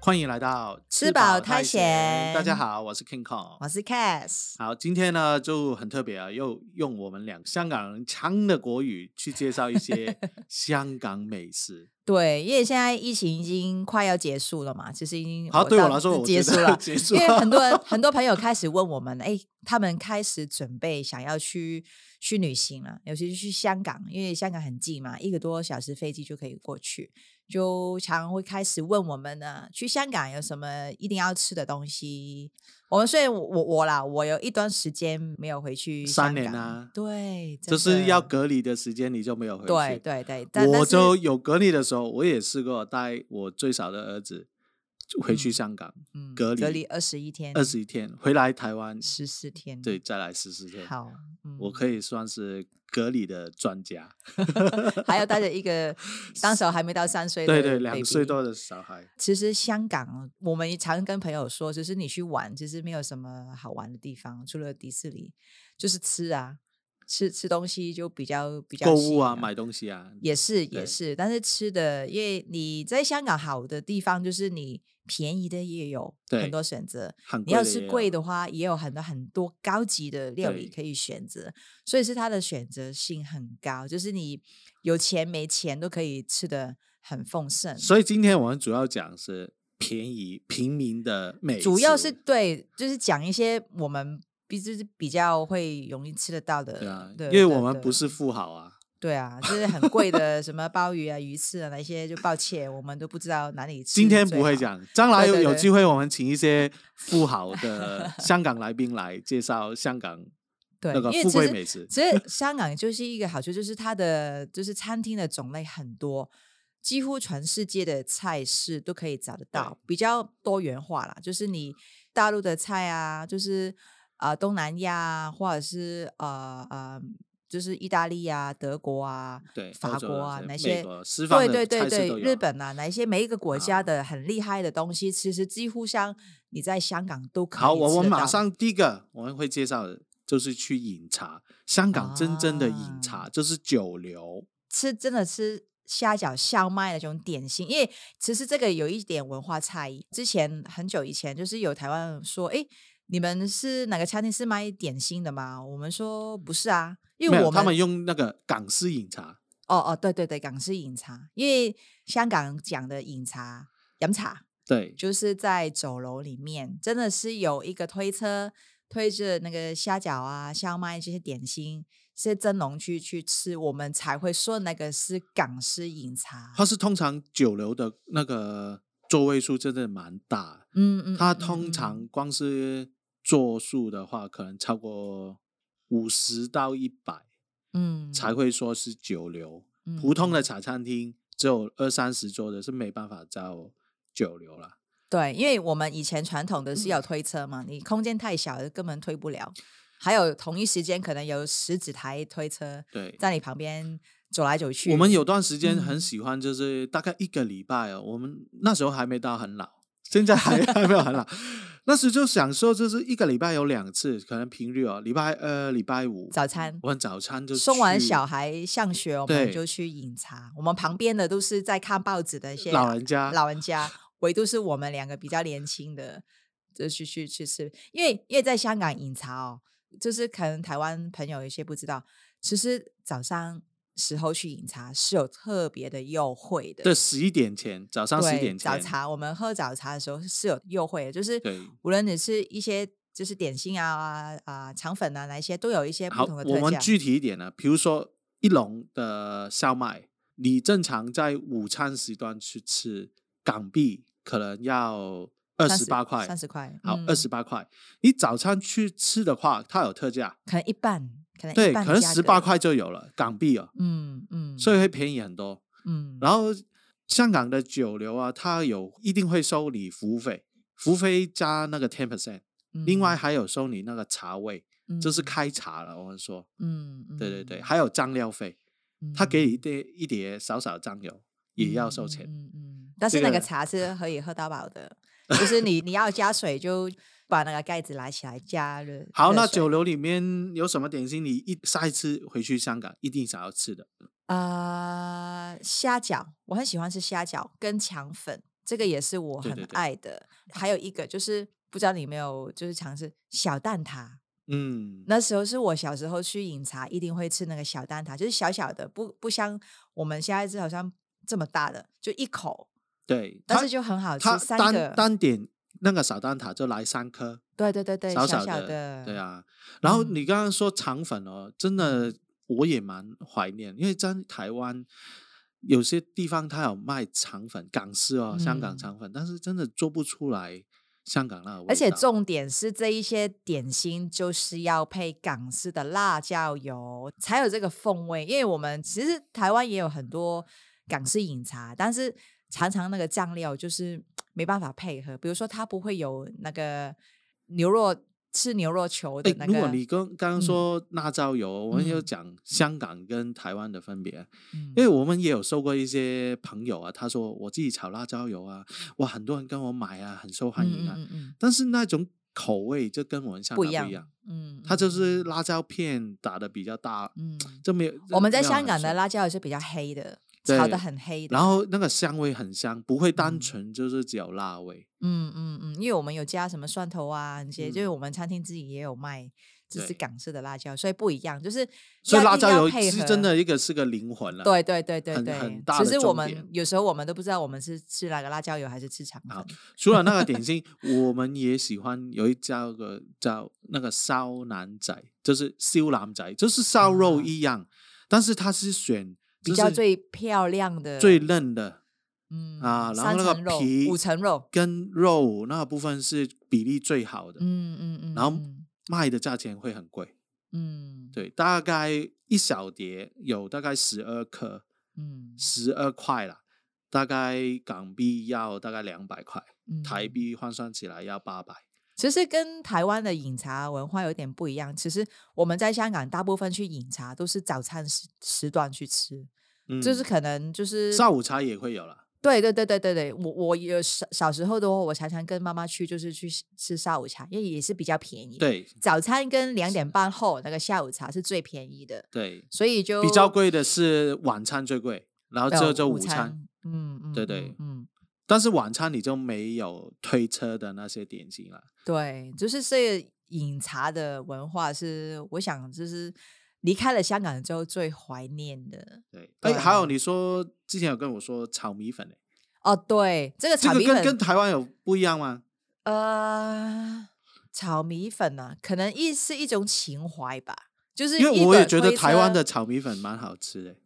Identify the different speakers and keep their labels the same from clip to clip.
Speaker 1: 欢迎来到
Speaker 2: 吃饱太闲
Speaker 1: 大家好，我是 King Kong。
Speaker 2: 我是 Cass，
Speaker 1: 好，今天呢就很特别啊，又用我们两香港人腔的国语去介绍一 些香港美食。
Speaker 2: 对，因为现在疫情已经快要结束了嘛，其实已经
Speaker 1: 好，对我
Speaker 2: 到
Speaker 1: 来说，我
Speaker 2: 结
Speaker 1: 觉
Speaker 2: 束
Speaker 1: 得
Speaker 2: 了。
Speaker 1: 结束
Speaker 2: 因为
Speaker 1: 了。
Speaker 2: 很多人很多朋友开始问我们，哎，他们开始准备想要去去旅行了，尤其是去香港，因为香港很近嘛，一个多小时飞机就可以过去，就常会开始问我们呢，去香港有什么一定要吃的东西。我们虽然我我我啦，我有一段时间没有回去
Speaker 1: 三
Speaker 2: 香
Speaker 1: 年
Speaker 2: 港
Speaker 1: 啊
Speaker 2: 对，真
Speaker 1: 就是要
Speaker 2: 的
Speaker 1: 隔离的时间，你就没有回去。
Speaker 2: 对对对，但但
Speaker 1: 我
Speaker 2: 是
Speaker 1: 就有隔离的时候，我也试过带我最小的儿子就回去
Speaker 2: 嗯
Speaker 1: 香港
Speaker 2: 嗯
Speaker 1: 隔
Speaker 2: 隔
Speaker 1: 离
Speaker 2: 离二十一天，
Speaker 1: 二十一天，回来台湾
Speaker 2: 十四天，
Speaker 1: 对，再来十四天。
Speaker 2: 好，嗯
Speaker 1: 我可以算是隔离的专家。
Speaker 2: 还要带着一 个当时候还没到三岁的
Speaker 1: 对对，两
Speaker 2: baby
Speaker 1: 岁多的小孩。
Speaker 2: 其实香港，我们也常跟朋友说，就是你去玩，其实没有什么好玩的地方，除了迪士尼，就是吃啊，吃吃东西就比较比较
Speaker 1: 购
Speaker 2: 吸
Speaker 1: 物
Speaker 2: 引
Speaker 1: 啊，
Speaker 2: 人
Speaker 1: 买东西啊，
Speaker 2: 也是也
Speaker 1: 对
Speaker 2: 是，但是吃的，因为你在香港好的地方就是你便宜的也有
Speaker 1: 对
Speaker 2: 很多选择，
Speaker 1: 很
Speaker 2: 你要
Speaker 1: 的
Speaker 2: 吃
Speaker 1: 也
Speaker 2: 贵
Speaker 1: 有
Speaker 2: 的话，也有很多很多高级的料理
Speaker 1: 对
Speaker 2: 可以选择，所以是它的选择性很高，就是你有钱没钱都可以吃的很丰盛。
Speaker 1: 所以今天我们主要讲是便宜平民的美食，
Speaker 2: 主要是对，就是讲一些我们比就是比较会容易吃得到的，
Speaker 1: 对啊，
Speaker 2: 的
Speaker 1: 因为
Speaker 2: 的
Speaker 1: 我们不
Speaker 2: 的
Speaker 1: 是富豪啊，
Speaker 2: 对啊，就是很贵的什么鲍鱼啊、鱼翅啊那些，就抱歉，我们都不知道哪里吃。
Speaker 1: 今天不会，讲，将来
Speaker 2: 对
Speaker 1: 有
Speaker 2: 对
Speaker 1: 有
Speaker 2: 对
Speaker 1: 机会我们请一些富豪的香港来宾来介绍香港
Speaker 2: 对，
Speaker 1: 那个
Speaker 2: 因为
Speaker 1: 富
Speaker 2: 其
Speaker 1: 贵
Speaker 2: 实
Speaker 1: 美食。
Speaker 2: 其 实香港就是一个好处，就是它的就是餐厅的种类很多，几乎全世界的菜式都可以找得到，比较多元化啦。就是你大陆的菜啊，就是啊、呃东南亚啊或者是呃呃就是意大利啊、德国啊、
Speaker 1: 对，
Speaker 2: 法
Speaker 1: 欧洲
Speaker 2: 国
Speaker 1: 的
Speaker 2: 啊
Speaker 1: 菜
Speaker 2: 那
Speaker 1: 美
Speaker 2: 些
Speaker 1: 国西方
Speaker 2: 对
Speaker 1: 的
Speaker 2: 对对
Speaker 1: 菜式
Speaker 2: 对
Speaker 1: 都，有
Speaker 2: 日本啊，哪一些每一个国
Speaker 1: 啊
Speaker 2: 家的很厉害的东西，其实几乎像你在香港都可以
Speaker 1: 好，我
Speaker 2: 吃
Speaker 1: 们
Speaker 2: 得
Speaker 1: 马
Speaker 2: 到
Speaker 1: 上第一个我们会介绍的就是去饮茶，香港真正的饮茶、
Speaker 2: 啊
Speaker 1: 就是酒楼，
Speaker 2: 吃真的吃虾饺、烧麦那种点心，因为其实这个有一点文化差异。之前很久以前，就是有台湾人说：“哎，你们是哪个餐厅是卖点心的吗？”我们说不是啊，因
Speaker 1: 没
Speaker 2: 为
Speaker 1: 有
Speaker 2: 我
Speaker 1: 他们用那个港式饮茶，
Speaker 2: 哦哦对对对，港式饮茶，因为香港讲的饮茶、饮茶
Speaker 1: 对，
Speaker 2: 就是在酒楼里面，真的是有一个推车推着那个虾饺啊、烧麦这些点心。是蒸笼去去吃，我们才会说那个是港式饮茶。
Speaker 1: 它是通常酒楼的那个座位数真的蛮大，
Speaker 2: 嗯嗯，
Speaker 1: 它
Speaker 2: 嗯
Speaker 1: 通
Speaker 2: 嗯
Speaker 1: 常光是座数的话，可能超过五十到一百
Speaker 2: 嗯
Speaker 1: 才会说是酒楼，
Speaker 2: 嗯
Speaker 1: 普通的
Speaker 2: 嗯
Speaker 1: 茶餐厅只有二三十桌的是没办法叫酒楼啦。
Speaker 2: 对，因为我们以前传统的
Speaker 1: 嗯
Speaker 2: 是要推车嘛，你空间太小根本推不了。还有同一时间可能有十几台推车
Speaker 1: 对，
Speaker 2: 在你旁边走来走去。
Speaker 1: 我们有段时间很
Speaker 2: 嗯
Speaker 1: 喜欢，就是大概一个礼拜哦，我们那时候还没到很老，现在还还没有很老。那时就想说，就是一个礼拜有两次，可能平日哦，礼拜二、礼拜五
Speaker 2: 早餐
Speaker 1: 我们早餐就
Speaker 2: 送完
Speaker 1: 去
Speaker 2: 小孩上学，我
Speaker 1: 对
Speaker 2: 们就去饮茶。我们旁边的都是在看报纸的一些
Speaker 1: 老人家，
Speaker 2: 老人家，唯独是我们两个比较年轻的，就去去去吃。因为因为在香港饮茶哦，就是可能台湾朋友有些不知道，其实早上时候去饮茶是有特别的优惠的。
Speaker 1: 对，十一点前，早上十一
Speaker 2: 对，
Speaker 1: 点
Speaker 2: 早
Speaker 1: 前，
Speaker 2: 茶，我们喝早茶的时候是有优惠的，就是
Speaker 1: 对
Speaker 2: 无论你是一些就是点心啊啊肠粉啊，哪一些都有一些不
Speaker 1: 好，
Speaker 2: 同的
Speaker 1: 我
Speaker 2: 特
Speaker 1: 们
Speaker 2: 价。
Speaker 1: 具体一点呢，比如说一笼的烧麦，你正常在午餐时段去吃，港币可能要二十八块，
Speaker 2: 三十块，
Speaker 1: 好，
Speaker 2: 嗯
Speaker 1: 二十八块。你早餐去吃的话，它有特价，
Speaker 2: 可能一半，可哎能一
Speaker 1: 对，
Speaker 2: 半
Speaker 1: 可能
Speaker 2: 价
Speaker 1: 十八
Speaker 2: 格，
Speaker 1: 块就有了港币哦，
Speaker 2: 嗯嗯，
Speaker 1: 所
Speaker 2: 以
Speaker 1: 以会便宜很多。
Speaker 2: 嗯，
Speaker 1: 然后香港的酒楼啊，它有一定会收你服务费，服务费加那个 ten percent，另外还有收你那个茶位，
Speaker 2: 嗯
Speaker 1: 这是
Speaker 2: 嗯
Speaker 1: 开茶了，我们说，
Speaker 2: 嗯，嗯
Speaker 1: 对对对，还有酱料费，他给你一碟一碟少少酱油也要收钱，
Speaker 2: 嗯嗯嗯但
Speaker 1: 这
Speaker 2: 是那
Speaker 1: 个
Speaker 2: 个茶是可以喝到饱 的，就是你你要加水就把那个盖子拿起来加热。
Speaker 1: 好，
Speaker 2: 嗯热
Speaker 1: 那
Speaker 2: 水
Speaker 1: 酒楼里面有什么点心？你一下一次回去香港一定想要吃的，
Speaker 2: 呃啊、虾饺，我很喜欢吃虾饺跟肠粉，这个也是我
Speaker 1: 对
Speaker 2: 很
Speaker 1: 对对
Speaker 2: 爱的。还有一个就是不知道你有没有就是尝试小蛋挞，
Speaker 1: 嗯，
Speaker 2: 那时候是我小时候去饮茶一定会吃那个小蛋挞，就是小小的，不不像我们现在是好像这么大的，就一口，
Speaker 1: 对，
Speaker 2: 但
Speaker 1: 它
Speaker 2: 是就很好吃
Speaker 1: 它，
Speaker 2: 三
Speaker 1: 单
Speaker 2: 个，
Speaker 1: 单点那个小蛋挞就来三颗，
Speaker 2: 对对对对，
Speaker 1: 小
Speaker 2: 小
Speaker 1: 小
Speaker 2: 的，
Speaker 1: 对，啊。然后
Speaker 2: 嗯
Speaker 1: 你刚刚说肠粉哦，真的我也蛮怀念，因为在台湾有些地方它有卖肠粉，港式哦，香港
Speaker 2: 嗯
Speaker 1: 肠粉，但是真的做不出来香港那个味道。
Speaker 2: 而且重点是这一些点心就是要配港式的辣椒油才有这个风味，因为我们其实台湾也有很多港式饮茶，但是常常那个酱料就是没办法配合，比如说它不会有那个牛肉吃牛肉球的
Speaker 1: 诶
Speaker 2: 那
Speaker 1: 如果
Speaker 2: 个，
Speaker 1: 你刚刚刚
Speaker 2: 嗯
Speaker 1: 说辣椒油，我们要
Speaker 2: 嗯
Speaker 1: 讲香港跟台湾的分别，
Speaker 2: 嗯
Speaker 1: 因为我们也有收过一些朋友啊，他说我自己炒辣椒油啊，哇，很多人跟我买啊，很受欢迎啊，
Speaker 2: 嗯嗯嗯
Speaker 1: 但是那种口味就跟我们香
Speaker 2: 嗯
Speaker 1: 港
Speaker 2: 不
Speaker 1: 不
Speaker 2: 一样
Speaker 1: 一样，，
Speaker 2: 嗯，
Speaker 1: 它就
Speaker 2: 嗯
Speaker 1: 是辣椒片打的比较大，
Speaker 2: 嗯，嗯
Speaker 1: 就没有
Speaker 2: 我们在
Speaker 1: 没有
Speaker 2: 香
Speaker 1: 很
Speaker 2: 港的
Speaker 1: 熟
Speaker 2: 辣椒油是比较黑的，炒
Speaker 1: 对
Speaker 2: 的很黑的，
Speaker 1: 然后那个香味很香，不会单
Speaker 2: 嗯
Speaker 1: 纯就是只有辣味。
Speaker 2: 嗯嗯嗯，因为我们有加什么蒜头啊那些，就是
Speaker 1: 嗯
Speaker 2: 我们餐厅自己也有卖，就是
Speaker 1: 对
Speaker 2: 港式的辣椒，所以不一样，就是
Speaker 1: 所以
Speaker 2: 要
Speaker 1: 辣
Speaker 2: 硬
Speaker 1: 椒
Speaker 2: 要
Speaker 1: 油
Speaker 2: 配
Speaker 1: 是真
Speaker 2: 合。
Speaker 1: 的一个是个灵魂了。
Speaker 2: 对对对对
Speaker 1: 很
Speaker 2: 对，
Speaker 1: 很大
Speaker 2: 其
Speaker 1: 的
Speaker 2: 实我
Speaker 1: 重
Speaker 2: 们
Speaker 1: 点啊
Speaker 2: 有时候我们都不知道我们是吃哪个辣椒油还是吃肠粉
Speaker 1: 好。除了那 个点心，我们也喜欢有一家有个叫那个烧腩仔，就是烧腩仔，就是烧肉
Speaker 2: 啊
Speaker 1: 一样，但是它是选
Speaker 2: 比
Speaker 1: 就
Speaker 2: 较
Speaker 1: 是
Speaker 2: 最漂亮的
Speaker 1: 最嫩的
Speaker 2: 嗯
Speaker 1: 啊，然后
Speaker 2: 三
Speaker 1: 那个
Speaker 2: 层肉
Speaker 1: 皮
Speaker 2: 五层肉，
Speaker 1: 跟肉那个部分是比例最好的，
Speaker 2: 嗯嗯嗯，
Speaker 1: 然后
Speaker 2: 嗯
Speaker 1: 卖的价钱会很贵。
Speaker 2: 嗯
Speaker 1: 对，大概一小碟有大概十二克，
Speaker 2: 嗯
Speaker 1: 十二块啦，大概港币要大概两百块，
Speaker 2: 嗯
Speaker 1: 台币换算起来要八百。
Speaker 2: 其实跟台湾的饮茶文化有点不一样。其实我们在香港大部分去饮茶都是早餐时时段去吃，
Speaker 1: 嗯，
Speaker 2: 就是可能就是
Speaker 1: 下午茶也会有了。
Speaker 2: 对对对对对对，我我有小小时候的话，我常常跟妈妈去就是去吃吃下午茶，因为也是比较便宜。，
Speaker 1: 对
Speaker 2: 早餐跟两点半后那个下午茶是最便宜的，
Speaker 1: 对，
Speaker 2: 所以就
Speaker 1: 比较贵的是晚餐最贵，然后
Speaker 2: 呃。
Speaker 1: 之后就
Speaker 2: 午
Speaker 1: 午餐，。
Speaker 2: 嗯嗯，
Speaker 1: 对
Speaker 2: 嗯
Speaker 1: 对
Speaker 2: 嗯，
Speaker 1: 但是晚餐你就没有推车的那些点心了。
Speaker 2: 对，就是这个饮茶的文化是，我想就是离开了香港之后最怀念的。
Speaker 1: 对，哎，还有
Speaker 2: 对嗯
Speaker 1: 你说之前有跟我说炒米粉、欸，欸
Speaker 2: 哦，对，这个
Speaker 1: 这
Speaker 2: 炒
Speaker 1: 个
Speaker 2: 米
Speaker 1: 跟
Speaker 2: 粉，
Speaker 1: 跟台湾有不一样吗？
Speaker 2: 呃，炒米粉啊，可能一是一种情怀吧，就是
Speaker 1: 因为
Speaker 2: 一
Speaker 1: 我也
Speaker 2: 个
Speaker 1: 觉得
Speaker 2: 推
Speaker 1: 台湾
Speaker 2: 车
Speaker 1: 的炒米粉蛮好吃的。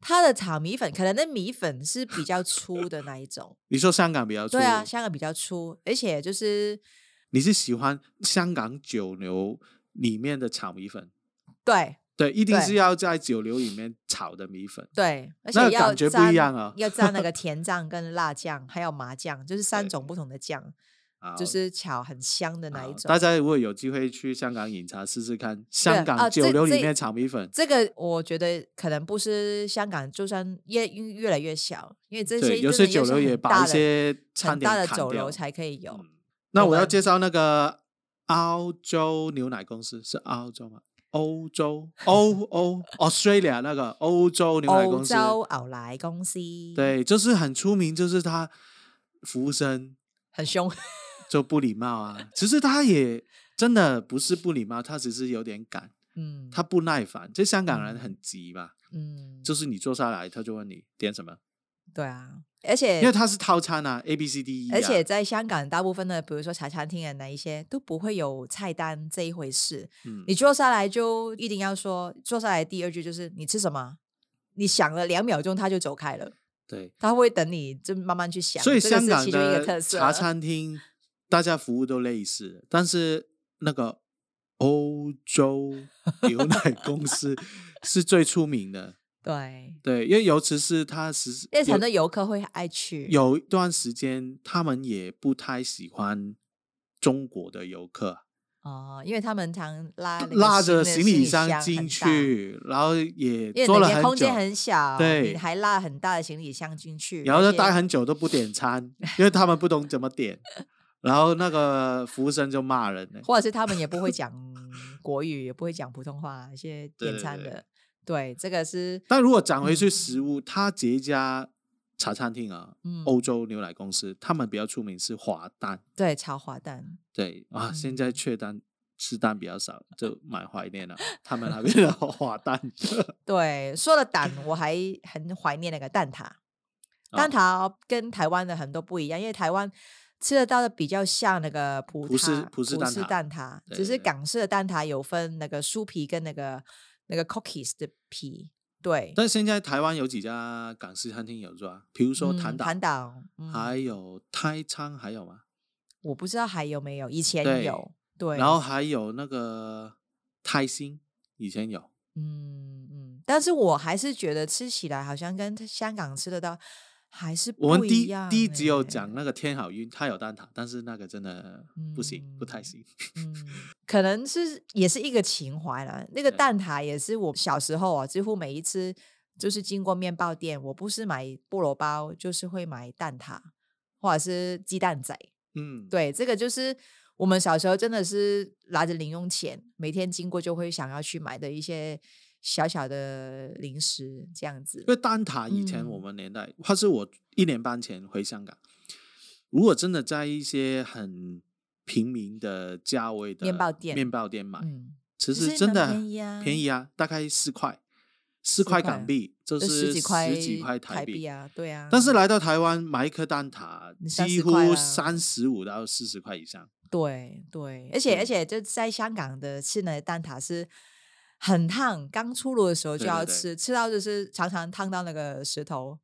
Speaker 2: 它的炒米粉，可能那米粉是比较粗的那 一种，
Speaker 1: 你说香港比较
Speaker 2: 对啊，
Speaker 1: 出
Speaker 2: 香港比较粗，而且就是
Speaker 1: 你是喜欢香港九牛里面的炒米粉？
Speaker 2: 对
Speaker 1: 对，一定
Speaker 2: 对
Speaker 1: 是要在九牛里面炒的米粉。
Speaker 2: 对，而
Speaker 1: 那
Speaker 2: 且
Speaker 1: 个
Speaker 2: 要
Speaker 1: 感觉不一
Speaker 2: 沾
Speaker 1: 样啊
Speaker 2: 要 蘸那个甜酱、跟辣酱，还有麻酱，就是三
Speaker 1: 对
Speaker 2: 种不同的酱，
Speaker 1: 啊，
Speaker 2: 就是炒很香的那
Speaker 1: 好
Speaker 2: 一种
Speaker 1: 大。家如果有机会去香港饮茶试试看，香
Speaker 2: 啊
Speaker 1: 港
Speaker 2: 这
Speaker 1: 九牛里
Speaker 2: 这
Speaker 1: 面炒米粉。
Speaker 2: 这个我觉得可能不是香港，就算越越越来越小，因为这些
Speaker 1: 对，有
Speaker 2: 真的
Speaker 1: 些
Speaker 2: 又
Speaker 1: 酒
Speaker 2: 是
Speaker 1: 楼也
Speaker 2: 很
Speaker 1: 把
Speaker 2: 大
Speaker 1: 一
Speaker 2: 的
Speaker 1: 些餐
Speaker 2: 很
Speaker 1: 点
Speaker 2: 大的
Speaker 1: 砍
Speaker 2: 酒
Speaker 1: 掉
Speaker 2: 楼才可以有。
Speaker 1: 嗯那
Speaker 2: 我
Speaker 1: 我要
Speaker 2: 们
Speaker 1: 介绍那个澳洲牛奶公司，是澳洲吗？欧洲，欧欧 Australia 那个欧洲牛奶
Speaker 2: 欧
Speaker 1: 公司，
Speaker 2: 洲牛奶公司，，
Speaker 1: 对，就是很出名，就是他服务生
Speaker 2: 很凶，
Speaker 1: 就不礼貌啊。其实他也真的不是不礼貌，他只是有点赶，
Speaker 2: 嗯，
Speaker 1: 他不耐烦。这香港人
Speaker 2: 嗯
Speaker 1: 很急嘛，
Speaker 2: 嗯，
Speaker 1: 就是你坐下来，他就问你点什么，
Speaker 2: 对啊，而且
Speaker 1: 因为他是套餐啊，A B C D E，、啊、
Speaker 2: 而且在香港，大部分的比如说茶餐厅啊那一些都不会有菜单这一回事。
Speaker 1: 嗯
Speaker 2: 你坐下来就一定要说，坐下来第二句就是你吃什么？你想了两秒钟，他就走开了，
Speaker 1: 对，
Speaker 2: 他会等你就慢慢去想。
Speaker 1: 所以
Speaker 2: 这个
Speaker 1: 香
Speaker 2: 是
Speaker 1: 港
Speaker 2: 其中一个特
Speaker 1: 的
Speaker 2: 色
Speaker 1: 茶餐厅大家服务都类似，但是那个欧洲牛 奶公司是最出名的。
Speaker 2: 对，
Speaker 1: 对，因为尤其是他实
Speaker 2: 因为很
Speaker 1: 有
Speaker 2: 多游客会爱去。
Speaker 1: 有一段时间，他们也不太喜欢中国的游客，
Speaker 2: 哦，因为他们常啊拉那个
Speaker 1: 拉着
Speaker 2: 行
Speaker 1: 行
Speaker 2: 李
Speaker 1: 李
Speaker 2: 箱
Speaker 1: 箱
Speaker 2: 很
Speaker 1: 进
Speaker 2: 大，
Speaker 1: 去，然后也
Speaker 2: 因为
Speaker 1: 坐
Speaker 2: 你
Speaker 1: 了
Speaker 2: 的
Speaker 1: 很
Speaker 2: 空
Speaker 1: 久
Speaker 2: 间，很小，
Speaker 1: 对
Speaker 2: 你还拉很大的行李箱进去，
Speaker 1: 然后
Speaker 2: 而
Speaker 1: 就
Speaker 2: 且
Speaker 1: 待很久都不点餐，因为他们不懂怎么 点，然后那个服务生就骂人了。
Speaker 2: 或者是他们也不会讲国语，也不会讲普通话，一些
Speaker 1: 对
Speaker 2: 点
Speaker 1: 对
Speaker 2: 餐
Speaker 1: 对
Speaker 2: 的。对，这个是
Speaker 1: 但如果讲回去食物，他这一家茶餐厅啊，
Speaker 2: 嗯，
Speaker 1: 欧洲牛奶公司，他们比较出名是滑蛋，
Speaker 2: 对，炒滑蛋，
Speaker 1: 对啊，现
Speaker 2: 嗯
Speaker 1: 在缺蛋。吃蛋比较少，就蛮怀 念了。啊他们那边的滑蛋，
Speaker 2: 对，说了蛋，我还很怀念那个蛋挞，
Speaker 1: 啊哦
Speaker 2: 蛋挞跟台湾的很多不一样，因为台湾吃得到的比较像那个葡
Speaker 1: 葡式
Speaker 2: 挞
Speaker 1: 葡式蛋挞
Speaker 2: 蛋挞，
Speaker 1: 对
Speaker 2: 只是
Speaker 1: 对
Speaker 2: 港式的蛋挞有分那个酥皮跟那个那个 cookies 的皮，对，
Speaker 1: 但现在台湾有几家港式餐厅有做啊，比如说
Speaker 2: 嗯
Speaker 1: 谭岛，
Speaker 2: 谭岛，嗯
Speaker 1: 还有泰昌，还有吗？
Speaker 2: 我不知道还有没有，以前
Speaker 1: 对
Speaker 2: 有，对，
Speaker 1: 然后还有那个泰兴，以前有，
Speaker 2: 嗯嗯，但是我还是觉得吃起来好像跟香港吃得到还是
Speaker 1: 我
Speaker 2: 不
Speaker 1: 们
Speaker 2: 一
Speaker 1: 第一
Speaker 2: 样
Speaker 1: 第一集有
Speaker 2: 欸
Speaker 1: 讲那个天好运，它有蛋挞，但是那个真的不行，不太
Speaker 2: 嗯
Speaker 1: 行。
Speaker 2: 嗯，可能是也是一个情怀啦。那个
Speaker 1: 对
Speaker 2: 蛋挞也是我小时候啊，几乎每一次就是经过面包店，我不是买菠萝包，就是会买蛋挞或者是鸡蛋仔。
Speaker 1: 嗯，
Speaker 2: 对，这个就是我们小时候真的是拿着零用钱，每天经过就会想要去买的一些小小的零食，这样子
Speaker 1: 因。为蛋挞以前我
Speaker 2: 嗯
Speaker 1: 们年代，或是我一年半前回香港，如果真的在一些很平民的价位的
Speaker 2: 面包店
Speaker 1: 面包店买，
Speaker 2: 嗯，
Speaker 1: 其
Speaker 2: 其
Speaker 1: 实
Speaker 2: 实
Speaker 1: 真
Speaker 2: 蛮
Speaker 1: 的
Speaker 2: 便宜啊
Speaker 1: 便宜啊，大概四块，
Speaker 2: 四
Speaker 1: 四块
Speaker 2: 块啊
Speaker 1: 港币，就
Speaker 2: 就是几块
Speaker 1: 十几块
Speaker 2: 台
Speaker 1: 台币。
Speaker 2: 啊，对啊。
Speaker 1: 但是来到台湾买一颗蛋挞，
Speaker 2: 你
Speaker 1: 几
Speaker 2: 30块啊
Speaker 1: 乎
Speaker 2: 啦
Speaker 1: 三十五到四十块以上。
Speaker 2: 对对，而且而且就在香港的吃那个蛋挞是很烫，刚出炉的时候就
Speaker 1: 对对
Speaker 2: 要
Speaker 1: 对
Speaker 2: 吃，吃到就是常常烫到那个石头。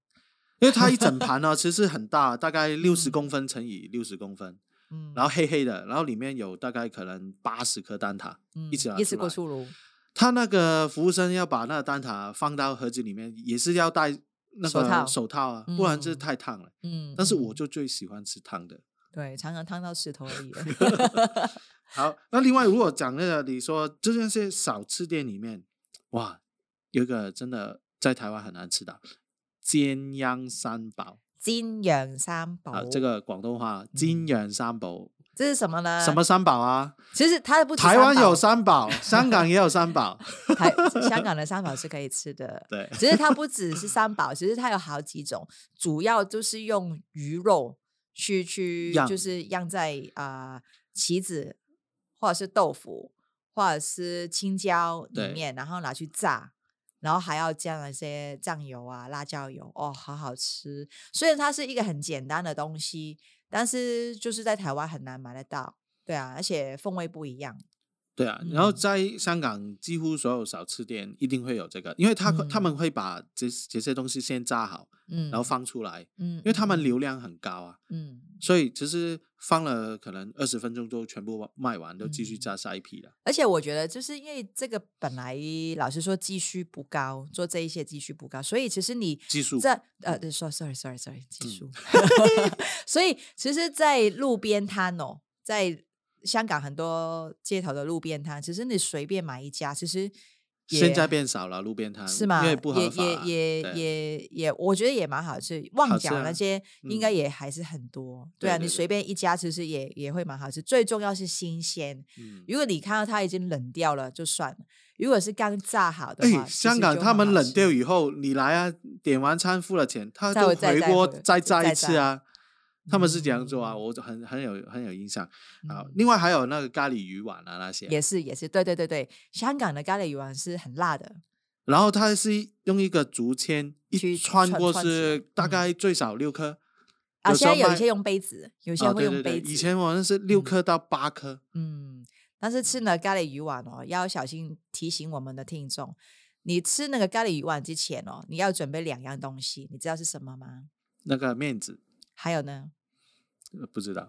Speaker 1: 因为它一整盘呢、其实很大，大概六十
Speaker 2: 嗯
Speaker 1: 公分乘以六十公分，
Speaker 2: 嗯，
Speaker 1: 然后黑黑的，然后里面有大概可能八十颗蛋挞，一起
Speaker 2: 嗯
Speaker 1: 拿
Speaker 2: 一次
Speaker 1: 出
Speaker 2: 过
Speaker 1: 来
Speaker 2: 出炉，
Speaker 1: 他那个服务生要把那个蛋挞放到盒子里面，也是要戴那
Speaker 2: 手
Speaker 1: 个
Speaker 2: 套
Speaker 1: 手套啊，不然就是
Speaker 2: 嗯
Speaker 1: 太烫了。
Speaker 2: 嗯，
Speaker 1: 但是我
Speaker 2: 嗯
Speaker 1: 就最喜欢吃烫的。
Speaker 2: 对常常烫到石头 而已。
Speaker 1: 好，那另外如果讲那个，你说就像是小吃店里面，哇，有一个真的在台湾很难吃到煎央三宝
Speaker 2: 煎羊三宝
Speaker 1: 啊，，这个广东话煎
Speaker 2: 哦嗯
Speaker 1: 羊三宝，
Speaker 2: 这是什么呢？
Speaker 1: 什么？三宝啊？
Speaker 2: 其实它不止
Speaker 1: 台湾有
Speaker 2: 三
Speaker 1: 三宝，香港也有三宝，。
Speaker 2: 宝，台香港的三宝是可以吃的
Speaker 1: 对，
Speaker 2: 只是它不只是三宝，其实它有好几种，主要就是用鱼肉去去
Speaker 1: 样
Speaker 2: 就是酿在啊、呃棋子或者是豆腐或者是青椒
Speaker 1: 对
Speaker 2: 里面，然后拿去炸。然后还要加那些酱油啊、辣椒油哦，好好吃。虽然它是一个很简单的东西，但是就是在台湾很难买得到，对啊，而且风味不一样。
Speaker 1: 对啊，然后
Speaker 2: 嗯
Speaker 1: 在香港几乎所有小吃店一定会有这个，因为他他
Speaker 2: 嗯
Speaker 1: 们会把这这些东西先炸好，
Speaker 2: 嗯，
Speaker 1: 然后放出来，
Speaker 2: 嗯，嗯，
Speaker 1: 因为他们
Speaker 2: 嗯
Speaker 1: 流量很高啊，
Speaker 2: 嗯
Speaker 1: 所以其实放了可能二十分钟就全部卖完，就继续
Speaker 2: 嗯
Speaker 1: 炸下一批了。
Speaker 2: 而且我觉得，就是因为这个本来老实说积蓄不高，做这一些积蓄不高，所以其实你
Speaker 1: 技术嗯
Speaker 2: 这呃对说 sorry sorry sorry 技术， 所以其实，在路边摊哦，在香港很多街头的路边摊，其实你随便买一家，其实也
Speaker 1: 现在变少了路边摊，
Speaker 2: 是吗？
Speaker 1: 因为不合
Speaker 2: 也
Speaker 1: 法啊，
Speaker 2: 也也
Speaker 1: 对
Speaker 2: 也也，我觉得也蛮好吃。旺
Speaker 1: 好吃
Speaker 2: 角那
Speaker 1: 啊
Speaker 2: 些应该
Speaker 1: 嗯
Speaker 2: 也还是很多，
Speaker 1: 对
Speaker 2: 对啊，
Speaker 1: 对
Speaker 2: 你
Speaker 1: 对
Speaker 2: 随便一家其实也也会蛮好吃。最重要是新鲜，
Speaker 1: 嗯。
Speaker 2: 如果你看到它已经冷掉了，就算了；如果是刚炸好的话，
Speaker 1: 哎，
Speaker 2: 其
Speaker 1: 香
Speaker 2: 实
Speaker 1: 港
Speaker 2: 就
Speaker 1: 他
Speaker 2: 很
Speaker 1: 们
Speaker 2: 好
Speaker 1: 冷
Speaker 2: 吃
Speaker 1: 掉以后，你来啊，点完餐付了钱，他
Speaker 2: 再
Speaker 1: 就
Speaker 2: 会再
Speaker 1: 回
Speaker 2: 带
Speaker 1: 锅
Speaker 2: 回
Speaker 1: 再炸
Speaker 2: 再
Speaker 1: 一次啊。他们是这样做啊，
Speaker 2: 嗯
Speaker 1: 我就很很有很有印象啊
Speaker 2: 嗯。
Speaker 1: 另外还有那个咖喱鱼丸啊那些，
Speaker 2: 也是也是，对对对对，香港的咖喱鱼丸是很辣的，
Speaker 1: 然后它是用一个竹签一
Speaker 2: 去
Speaker 1: 穿
Speaker 2: 串
Speaker 1: 过
Speaker 2: 串起来
Speaker 1: 是大
Speaker 2: 嗯
Speaker 1: 概最少六颗
Speaker 2: 啊，
Speaker 1: 时
Speaker 2: 现
Speaker 1: 候
Speaker 2: 在有
Speaker 1: 卖
Speaker 2: 一些用杯子，有些
Speaker 1: 啊，
Speaker 2: 会
Speaker 1: 对
Speaker 2: 用
Speaker 1: 对对，
Speaker 2: 杯子，
Speaker 1: 以前我那是六
Speaker 2: 嗯
Speaker 1: 颗到八颗，
Speaker 2: 嗯，但是吃了咖喱鱼丸哦，要小心提醒我们的听众，你吃那个咖喱鱼丸之前哦，你要准备两样东西，你知道是什么吗？
Speaker 1: 那个面子
Speaker 2: 还有呢？
Speaker 1: 呃不知道，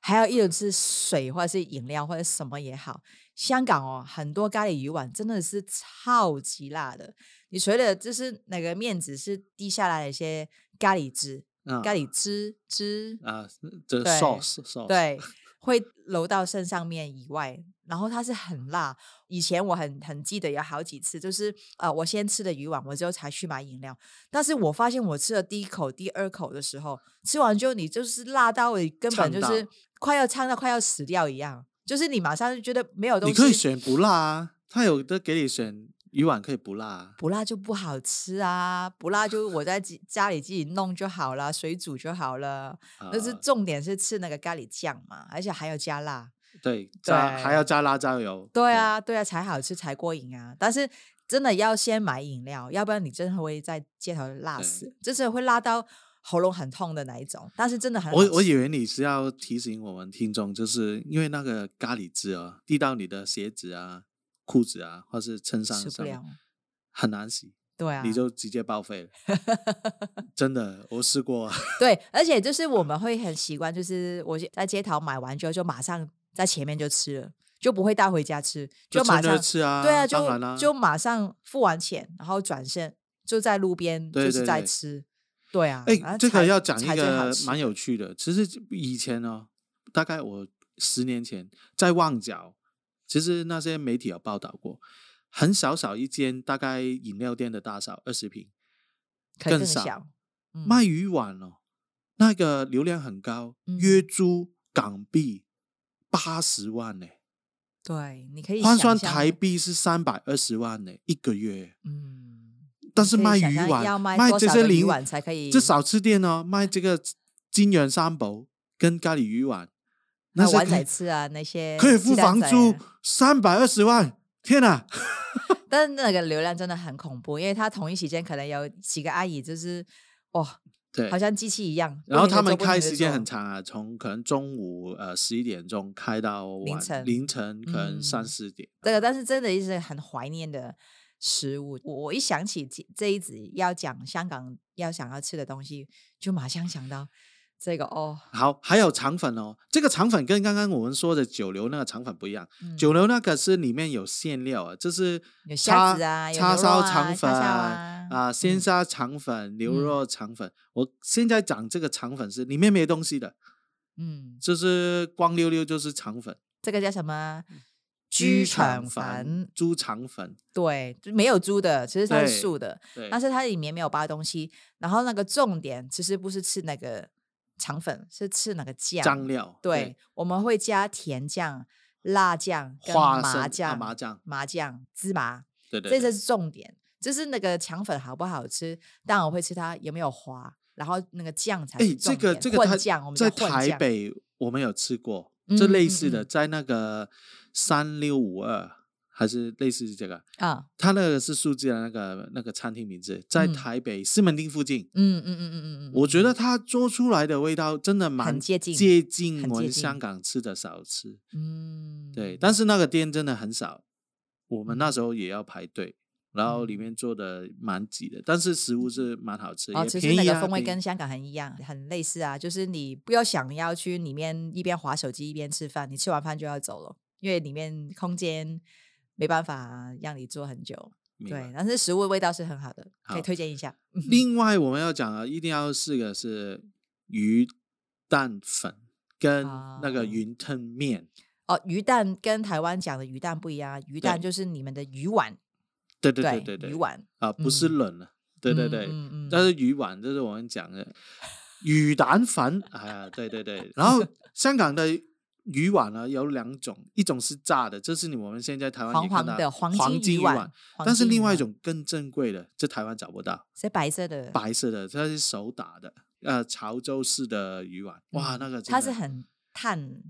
Speaker 2: 还有一种是水或者是饮料或者什么也好，香港哦，很多咖喱鱼丸真的是超级辣的。你除了就是那个面子是滴下来的一些咖喱汁，
Speaker 1: 啊
Speaker 2: 咖喱汁汁，
Speaker 1: 啊，这
Speaker 2: 对
Speaker 1: sauce sauce
Speaker 2: 对，会流到身上面以外，然后它是很辣。以前我很很记得有好几次，就是呃，我先吃的鱼丸，我之后才去买饮料。但是我发现我吃了第一口、第二口的时候，吃完之后你就是辣到你根本
Speaker 1: 呛
Speaker 2: 就
Speaker 1: 到
Speaker 2: 是快要呛到快要死掉一样，就是你马上就觉得没有东
Speaker 1: 你
Speaker 2: 西。
Speaker 1: 可以选不辣啊，它有的给你选鱼丸可以不辣啊，
Speaker 2: 不辣就不好吃啊，不辣就我在自家里自己弄就好了，水煮就好了。但是
Speaker 1: 啊
Speaker 2: 重点是吃那个咖喱酱嘛，而且还要加辣。
Speaker 1: 对加还
Speaker 2: 对
Speaker 1: 要加辣椒油。
Speaker 2: 对，啊，对啊，才好吃才过瘾啊！但是真的要先买饮料，要不然你真的会在街头辣
Speaker 1: 对
Speaker 2: 死，就是会辣到喉咙很痛的那一种。但是真的很好
Speaker 1: 我我
Speaker 2: 吃
Speaker 1: 以为你是要提醒我们听众，就是因为那个咖喱汁啊，滴到你的鞋子啊、裤子啊，或是衬衫
Speaker 2: 吃不
Speaker 1: 上面
Speaker 2: 了，哦
Speaker 1: 很难洗，
Speaker 2: 对啊，
Speaker 1: 你就直接报 废了。真的，我试过啊。
Speaker 2: 对，而且就是我们会很习惯，就是我在街头买完之后就马上在前面就吃了，就不会带回家吃， 就马
Speaker 1: 趁热
Speaker 2: 上
Speaker 1: 吃啊，
Speaker 2: 对啊，
Speaker 1: 当
Speaker 2: 就、
Speaker 1: 然啦、
Speaker 2: 就马上付完钱，然后转身就在路边
Speaker 1: 对
Speaker 2: 就
Speaker 1: 对
Speaker 2: 是在
Speaker 1: 对
Speaker 2: 吃。对啊，
Speaker 1: 哎、
Speaker 2: 然后
Speaker 1: 这
Speaker 2: 才
Speaker 1: 个要讲一
Speaker 2: 才最好
Speaker 1: 个
Speaker 2: 吃
Speaker 1: 蛮有趣的。其实以前哦，大概我十年前在旺角，其实那些媒体有报道过，很小小一间大概饮料店的大小，二十平，
Speaker 2: 可以更
Speaker 1: 少
Speaker 2: 小，嗯
Speaker 1: 卖鱼丸哦，那个流量很高，月
Speaker 2: 嗯
Speaker 1: 租港币八十万呢、
Speaker 2: 对，你可以
Speaker 1: 换
Speaker 2: 想
Speaker 1: 算
Speaker 2: 象
Speaker 1: 台
Speaker 2: 那，
Speaker 1: 币是三百二十万呢、一个月。
Speaker 2: 嗯，
Speaker 1: 但
Speaker 2: 你
Speaker 1: 是
Speaker 2: 可以
Speaker 1: 卖
Speaker 2: 想
Speaker 1: 鱼
Speaker 2: 象
Speaker 1: 丸，
Speaker 2: 要卖多
Speaker 1: 这
Speaker 2: 少
Speaker 1: 些
Speaker 2: 个鱼
Speaker 1: 零
Speaker 2: 丸才可以
Speaker 1: 这小吃店哦，卖这个金源三宝跟咖喱鱼丸，那
Speaker 2: 那
Speaker 1: 些
Speaker 2: 碗
Speaker 1: 可
Speaker 2: 仔
Speaker 1: 以
Speaker 2: 翅啊那些
Speaker 1: 可以
Speaker 2: 鸡
Speaker 1: 付
Speaker 2: 蛋
Speaker 1: 房
Speaker 2: 仔啊
Speaker 1: 租三百二十万，天哪！
Speaker 2: 但是那个流量真的很恐怖，因为他同一时间可能有几个阿姨，就是哇、
Speaker 1: 对
Speaker 2: 好像机器一样。
Speaker 1: 然后
Speaker 2: 不停
Speaker 1: 他
Speaker 2: 地
Speaker 1: 们
Speaker 2: 做不停
Speaker 1: 开
Speaker 2: 地
Speaker 1: 时间
Speaker 2: 做
Speaker 1: 很长啊，从可能中午呃十一点钟开到
Speaker 2: 凌
Speaker 1: 晚
Speaker 2: 晨
Speaker 1: 凌晨可能三
Speaker 2: 嗯
Speaker 1: 四点。
Speaker 2: 这个，但是真的是很怀念的食物。我我一想起这这一集要讲香港要想要吃的东西，就马上想到这个哦。
Speaker 1: 好，还有肠粉哦，这个肠粉跟刚刚我们说的九流那个肠粉不一样，
Speaker 2: 嗯
Speaker 1: 九流那个是里面有馅料啊，就是
Speaker 2: 有虾
Speaker 1: 叉
Speaker 2: 子啊有
Speaker 1: 叉
Speaker 2: 牛肉
Speaker 1: 烧
Speaker 2: 啊
Speaker 1: 肠
Speaker 2: 叉
Speaker 1: 粉
Speaker 2: 烧啊
Speaker 1: 鲜
Speaker 2: 嗯
Speaker 1: 虾肠粉、牛
Speaker 2: 嗯
Speaker 1: 肉肠粉。我现在讲这个肠粉是里面没东西的，
Speaker 2: 嗯，
Speaker 1: 就是光溜溜就是肠粉，
Speaker 2: 这个叫什么？
Speaker 1: 嗯
Speaker 2: 猪肠粉，
Speaker 1: 猪肠粉，
Speaker 2: 对，就没有猪的，其实它
Speaker 1: 对
Speaker 2: 是素的，
Speaker 1: 对，
Speaker 2: 但是它里面没有包东西。然后那个重点其实不是吃那个肠粉，是吃那个酱。
Speaker 1: 酱料，
Speaker 2: 对，我们会加甜酱、辣酱、跟
Speaker 1: 花生
Speaker 2: 麻
Speaker 1: 啊
Speaker 2: 酱、
Speaker 1: 麻酱、
Speaker 2: 麻酱、芝麻，
Speaker 1: 对对
Speaker 2: 这
Speaker 1: 对，
Speaker 2: 才是重点。就是那个肠粉好不好吃，当然我会吃它有没有花，然后那个酱才
Speaker 1: 哎，
Speaker 2: 是
Speaker 1: 这
Speaker 2: 重
Speaker 1: 个
Speaker 2: 点。
Speaker 1: 这个它
Speaker 2: 混酱，我们
Speaker 1: 在
Speaker 2: 叫混
Speaker 1: 台
Speaker 2: 酱。
Speaker 1: 北我们有吃过，这
Speaker 2: 嗯
Speaker 1: 类
Speaker 2: 嗯
Speaker 1: 似的，
Speaker 2: 嗯
Speaker 1: 在那个三六五二还是类似这个，
Speaker 2: 啊，
Speaker 1: 它那个是数字的那个那个餐厅名字，在
Speaker 2: 嗯
Speaker 1: 台北西门町附近。
Speaker 2: 嗯嗯嗯嗯嗯嗯，
Speaker 1: 我觉得
Speaker 2: 嗯
Speaker 1: 它做出来的味道真的蛮
Speaker 2: 接近
Speaker 1: 接近
Speaker 2: 很
Speaker 1: 我
Speaker 2: 接
Speaker 1: 们
Speaker 2: 近
Speaker 1: 香港吃的小吃。
Speaker 2: 嗯，
Speaker 1: 对，但是那个店真的很少，我们那时候也要排队，然后
Speaker 2: 嗯
Speaker 1: 里面做的蛮挤的，但是食物是蛮好吃，
Speaker 2: 哦，
Speaker 1: 也
Speaker 2: 其
Speaker 1: 便
Speaker 2: 实那
Speaker 1: 宜
Speaker 2: 个
Speaker 1: 啊。
Speaker 2: 风味
Speaker 1: 便
Speaker 2: 跟
Speaker 1: 宜
Speaker 2: 香港很一样，很类似啊。就是你不要想要去里面一边划手机一边吃饭，你吃完饭就要走了，因为里面空间没办法让你坐很久。
Speaker 1: 明白
Speaker 2: 对，但是食物味道是很好的，可
Speaker 1: 好
Speaker 2: 以推荐一下。
Speaker 1: 另外我们要讲啊，一定要试的是鱼蛋粉跟那个
Speaker 2: 哦
Speaker 1: 云吞面。
Speaker 2: 哦，鱼蛋跟台湾讲的鱼蛋不一样啊，鱼蛋就是你们的鱼丸，
Speaker 1: 对对对对对
Speaker 2: 鱼，丸。
Speaker 1: 啊，不是
Speaker 2: 嗯
Speaker 1: 冷的，对对对，
Speaker 2: 嗯嗯
Speaker 1: 但
Speaker 2: 嗯
Speaker 1: 是鱼丸就是我们讲的鱼蛋粉，哎呀，对对对。然 后香港的鱼丸呢有两种，一种是炸的，这是你我们现在台湾也
Speaker 2: 黄
Speaker 1: 看
Speaker 2: 黄
Speaker 1: 到
Speaker 2: 的黄
Speaker 1: 黄
Speaker 2: 金
Speaker 1: 金
Speaker 2: 鱼
Speaker 1: 鱼
Speaker 2: 丸，黄
Speaker 1: 但是
Speaker 2: 金鱼
Speaker 1: 另外一
Speaker 2: 丸
Speaker 1: 种更珍贵的，在台湾找不到，
Speaker 2: 是白色的，
Speaker 1: 白色的，它是手打的，呃，潮州式的鱼丸，哇，
Speaker 2: 嗯
Speaker 1: 那个真
Speaker 2: 它是
Speaker 1: 的
Speaker 2: 很碳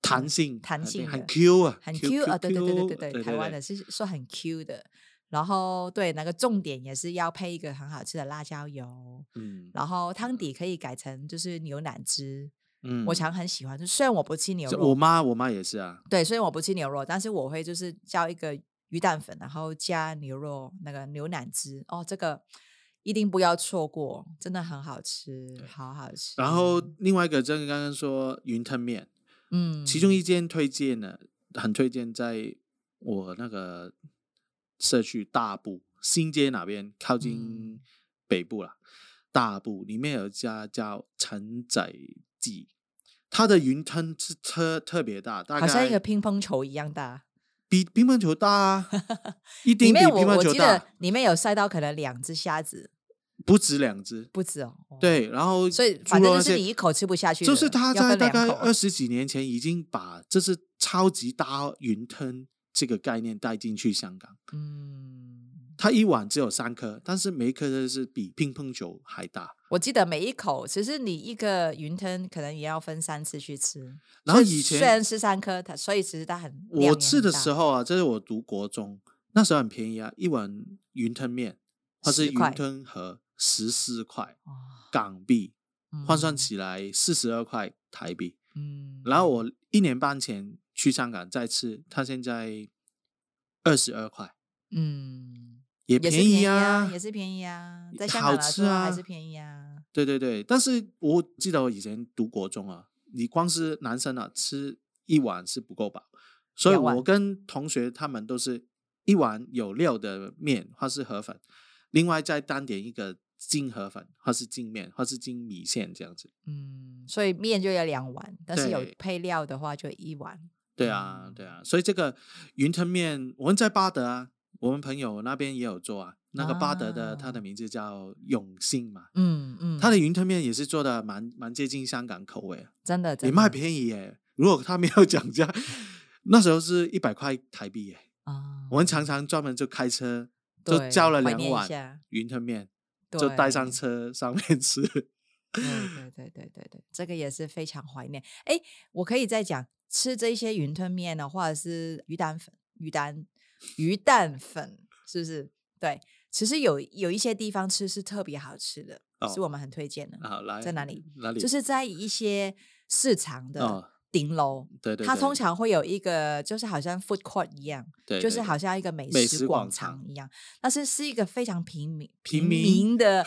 Speaker 1: 弹性，
Speaker 2: 弹
Speaker 1: 很
Speaker 2: 性
Speaker 1: 很
Speaker 2: 的
Speaker 1: Q 啊，
Speaker 2: 很 Q 啊，对对对
Speaker 1: Q，
Speaker 2: 对对对，台湾
Speaker 1: 对
Speaker 2: 的是说很 Q 的。然后对那个重点也是要配一个很好吃的辣椒油，
Speaker 1: 嗯
Speaker 2: 然后汤底可以改成就是牛腩汁，
Speaker 1: 嗯，
Speaker 2: 我常很喜欢。就虽然我不吃牛
Speaker 1: 这
Speaker 2: 肉，
Speaker 1: 我妈我妈也是啊，
Speaker 2: 对，虽然我不吃牛肉，但是我会就是叫一个鱼蛋粉，然后加牛肉那个牛腩汁，哦，这个一定不要错过，真的很好吃，好好吃。
Speaker 1: 然后另外一个，真的刚刚说云吞面，
Speaker 2: 嗯，
Speaker 1: 其中一间推荐呢，很推荐在我那个社区大埔新街那边，靠近
Speaker 2: 嗯
Speaker 1: 北部啦。大埔里面有一家叫陈仔记，它的云吞是特特别大，大
Speaker 2: 好像一个
Speaker 1: 概
Speaker 2: 乒乓球一样大。
Speaker 1: 比乒乓球大 啊，一
Speaker 2: 里
Speaker 1: 定比
Speaker 2: 面
Speaker 1: 乒
Speaker 2: 我
Speaker 1: 乓
Speaker 2: 我
Speaker 1: 球
Speaker 2: 记得
Speaker 1: 大，
Speaker 2: 里面有塞到可能两只虾子，
Speaker 1: 不止两只。
Speaker 2: 不止哦。哦，
Speaker 1: 对，然后
Speaker 2: 所以
Speaker 1: 猪
Speaker 2: 反正
Speaker 1: 肉
Speaker 2: 就
Speaker 1: 那
Speaker 2: 是
Speaker 1: 些
Speaker 2: 你一口吃不下去的，
Speaker 1: 就是他
Speaker 2: 要
Speaker 1: 在
Speaker 2: 分
Speaker 1: 大
Speaker 2: 两
Speaker 1: 概
Speaker 2: 口
Speaker 1: 二十几年前已经把这是超级大云吞这个概念带进去香港。
Speaker 2: 嗯，
Speaker 1: 它一碗只有三颗，但是每一颗都是比乒乓球还大。
Speaker 2: 我记得每一口，其实你一个云吞可能也要分三次去吃。
Speaker 1: 然后
Speaker 2: 所
Speaker 1: 以前
Speaker 2: 虽然是三颗，它所以其实它很量
Speaker 1: 我
Speaker 2: 也
Speaker 1: 吃
Speaker 2: 很
Speaker 1: 的
Speaker 2: 大
Speaker 1: 时候啊，这是我读国中，那时候很便宜啊，一碗云吞面或是
Speaker 2: 10块
Speaker 1: 云吞盒十四块
Speaker 2: 哇
Speaker 1: 港币，换算
Speaker 2: 哦嗯
Speaker 1: 起来四十二块台币。
Speaker 2: 嗯，
Speaker 1: 然后我一年半前去香港再吃，它现在二十二块，
Speaker 2: 嗯。
Speaker 1: 也
Speaker 2: 也是
Speaker 1: 便宜
Speaker 2: 啊
Speaker 1: 啊，，
Speaker 2: 也是便宜啊，在香港
Speaker 1: 好
Speaker 2: 来
Speaker 1: 吃
Speaker 2: 说
Speaker 1: 啊，
Speaker 2: 还是便宜啊。
Speaker 1: 对对对，但是我记得我以前读国中啊，你光是男生啊吃一碗是不够饱，所以
Speaker 2: 两碗
Speaker 1: 我跟同学他们都是一碗有料的面或是河粉，另外再单点一个金河粉或是金面或是金米线这样子。
Speaker 2: 嗯，所以面就要两碗，但是有
Speaker 1: 对
Speaker 2: 配料的话就一碗。
Speaker 1: 对啊，对啊，所以这个云吞面我们在巴德啊，我们朋友那边也有做啊。那个巴德的，它
Speaker 2: 啊
Speaker 1: 的名字叫永信嘛，
Speaker 2: 嗯嗯，
Speaker 1: 它的云吞面也是做的蛮蛮接近香港口味啊。
Speaker 2: 真的
Speaker 1: 也
Speaker 2: 真
Speaker 1: 卖
Speaker 2: 的
Speaker 1: 便宜耶。如果他没有讲价，那时候是一百块台币耶。
Speaker 2: 啊，
Speaker 1: 我们常常专门就开车，就叫了两碗
Speaker 2: 碗，
Speaker 1: 云吞面，就带上
Speaker 2: 对。
Speaker 1: 车上面吃。
Speaker 2: 对对对对对对，这个也是非常怀念。哎，我可以再讲吃这些云吞面呢，或者是鱼蛋粉、鱼蛋、鱼蛋粉，是不是？对，其实有有一些地方吃是特别好吃的，是
Speaker 1: 哦
Speaker 2: 我们很推荐的。
Speaker 1: 好，来
Speaker 2: 在哪里？
Speaker 1: 哪里？
Speaker 2: 就是在一些市场
Speaker 1: 哦
Speaker 2: 的顶楼，
Speaker 1: 对对，
Speaker 2: 它
Speaker 1: 对
Speaker 2: 通常会有一个就是好像 food court 一样，
Speaker 1: 对
Speaker 2: 就
Speaker 1: 对
Speaker 2: 是好
Speaker 1: 对
Speaker 2: 像一个美
Speaker 1: 美
Speaker 2: 食
Speaker 1: 食
Speaker 2: 广
Speaker 1: 广场
Speaker 2: 一样，但是是一个非常平民
Speaker 1: 平
Speaker 2: 平
Speaker 1: 民
Speaker 2: 民的，